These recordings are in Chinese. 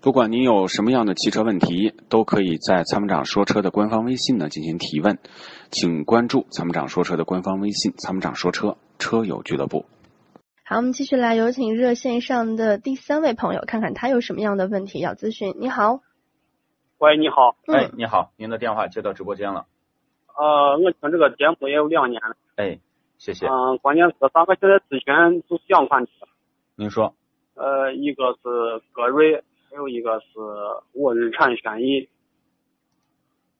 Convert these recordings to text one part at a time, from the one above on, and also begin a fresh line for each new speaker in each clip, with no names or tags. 不管您有什么样的汽车问题，都可以在参谋长说车的官方微信呢进行提问，请关注参谋长说车的官方微信“参谋长说车车友俱乐部
好，我们继续来有请热线上的第三位朋友，看看他有什么样的问题要咨询。你好，
喂，你好，
嗯
哎，你好，您的电话接到直播间了。
呃，我听这个节目也有两年了，
哎，谢谢。
嗯、关键是咱们现在咨询就是两款车，
您说，
呃，一个是格瑞，还有一个是我日产轩逸。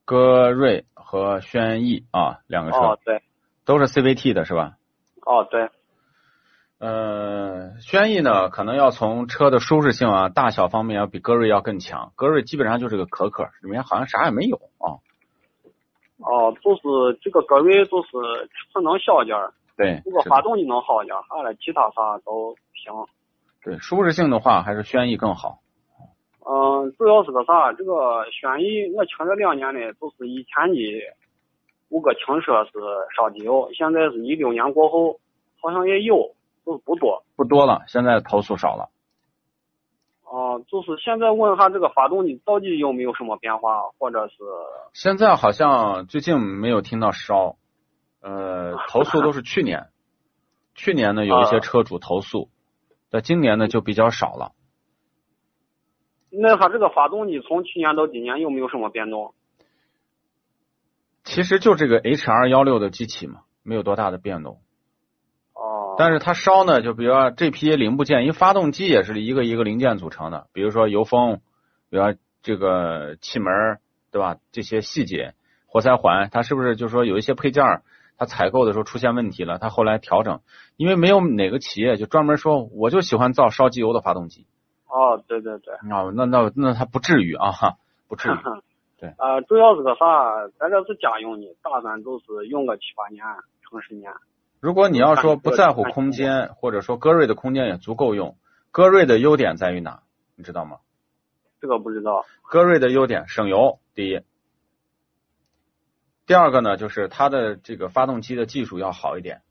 戈瑞和轩逸啊，两个车、
哦，对，
都是 CVT 的是吧？
哦，对，
呃，轩逸呢，可能要从车的舒适性啊、大小方面要比戈瑞要更强。戈瑞基本上就是个可可，里面好像啥也没有啊。
哦，就是这个格瑞就是可能小点儿，
对，
这个
是
发
的
动机能好一点，完了其他啥都行。
对舒适性的话，还是轩逸更好。
嗯、主要是个啥？这个轩逸，我听这两年呢，就是以前的五个轻奢是烧机油，现在是一六年过后，好像也有，就是不多。
不多了，现在投诉少了。
哦、就是现在问一下这个发动机到底有没有什么变化，或者是
现在好像最近没有听到烧，呃，投诉都是去年，去年呢有一些车主投诉，但今年呢就比较少了。
那它这个发动机从去年到今年有没有什么变动？
其实就这个 H R 幺六的机器嘛，没有多大的变动。
哦、
但是它烧呢，就比如说这批零部件，因为发动机也是一个一个零件组成的，比如说油封，比如说这个气门儿，对吧？这些细节，活塞环，它是不是就说有一些配件儿，它采购的时候出现问题了，它后来调整，因为没有哪个企业就专门说我就喜欢造烧机油的发动机，
哦、对对对。
啊，那那那它不至于啊，哈，不至于。对
呃，主要是个啥？咱这是家用的，打算就是用个七八年、成十年。
如果你要说不在乎空间，或者说戈瑞的空间也足够用，戈瑞的优点在于哪？你知道吗？
这个不知道。
戈瑞的优点省油，第一。第二个呢，就是它的这个发动机的技术要好一点，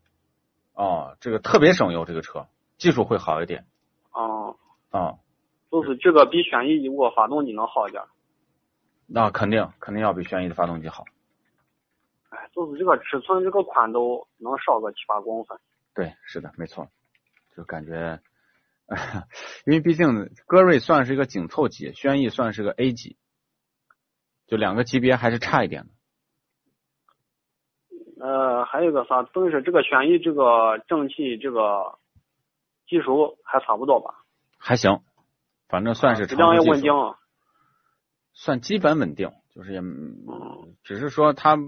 哦，这个特别省油，这个车技术会好一点
嗯，
啊、
就是这个比轩逸如果发动机能好一点。
那肯定肯定要比轩逸的发动机好。
哎，就是这个尺寸、这个宽度能少个七八公分。
对，是的，没错，就感觉，因为毕竟戈瑞算是一个紧凑级，轩逸算是个 A 级，就两个级别还是差一点的。
呃，还有个啥？等于是这个轩逸这个整体这个技术还差不多吧？
还行，反正算是
质
常识
量啊也
技
稳
术
定。
算基本稳定，就是也嗯只是说它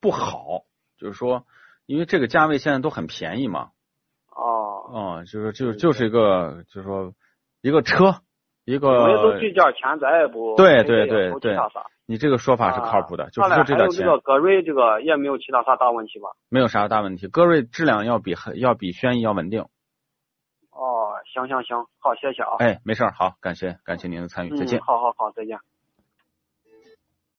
不好，就是说因为这个价位现在都很便宜嘛，
哦。
啊、就是就就是一个就是说一个车，一
我也都
个
这点钱，咱也不
呃对
没
对
这也
对
不
对
其他啥
你这个说法是靠谱的，就是
啊
就这
看来
点
还有
钱
这个格瑞这个也没有其他啥大问题吧？
没有啥大问题，戈瑞质量要比要比轩逸要稳定，
哦，行行行，好，谢谢啊。啊
哎哎，没事儿，好，感谢感谢您的参与，再见。
嗯，好好好，再见。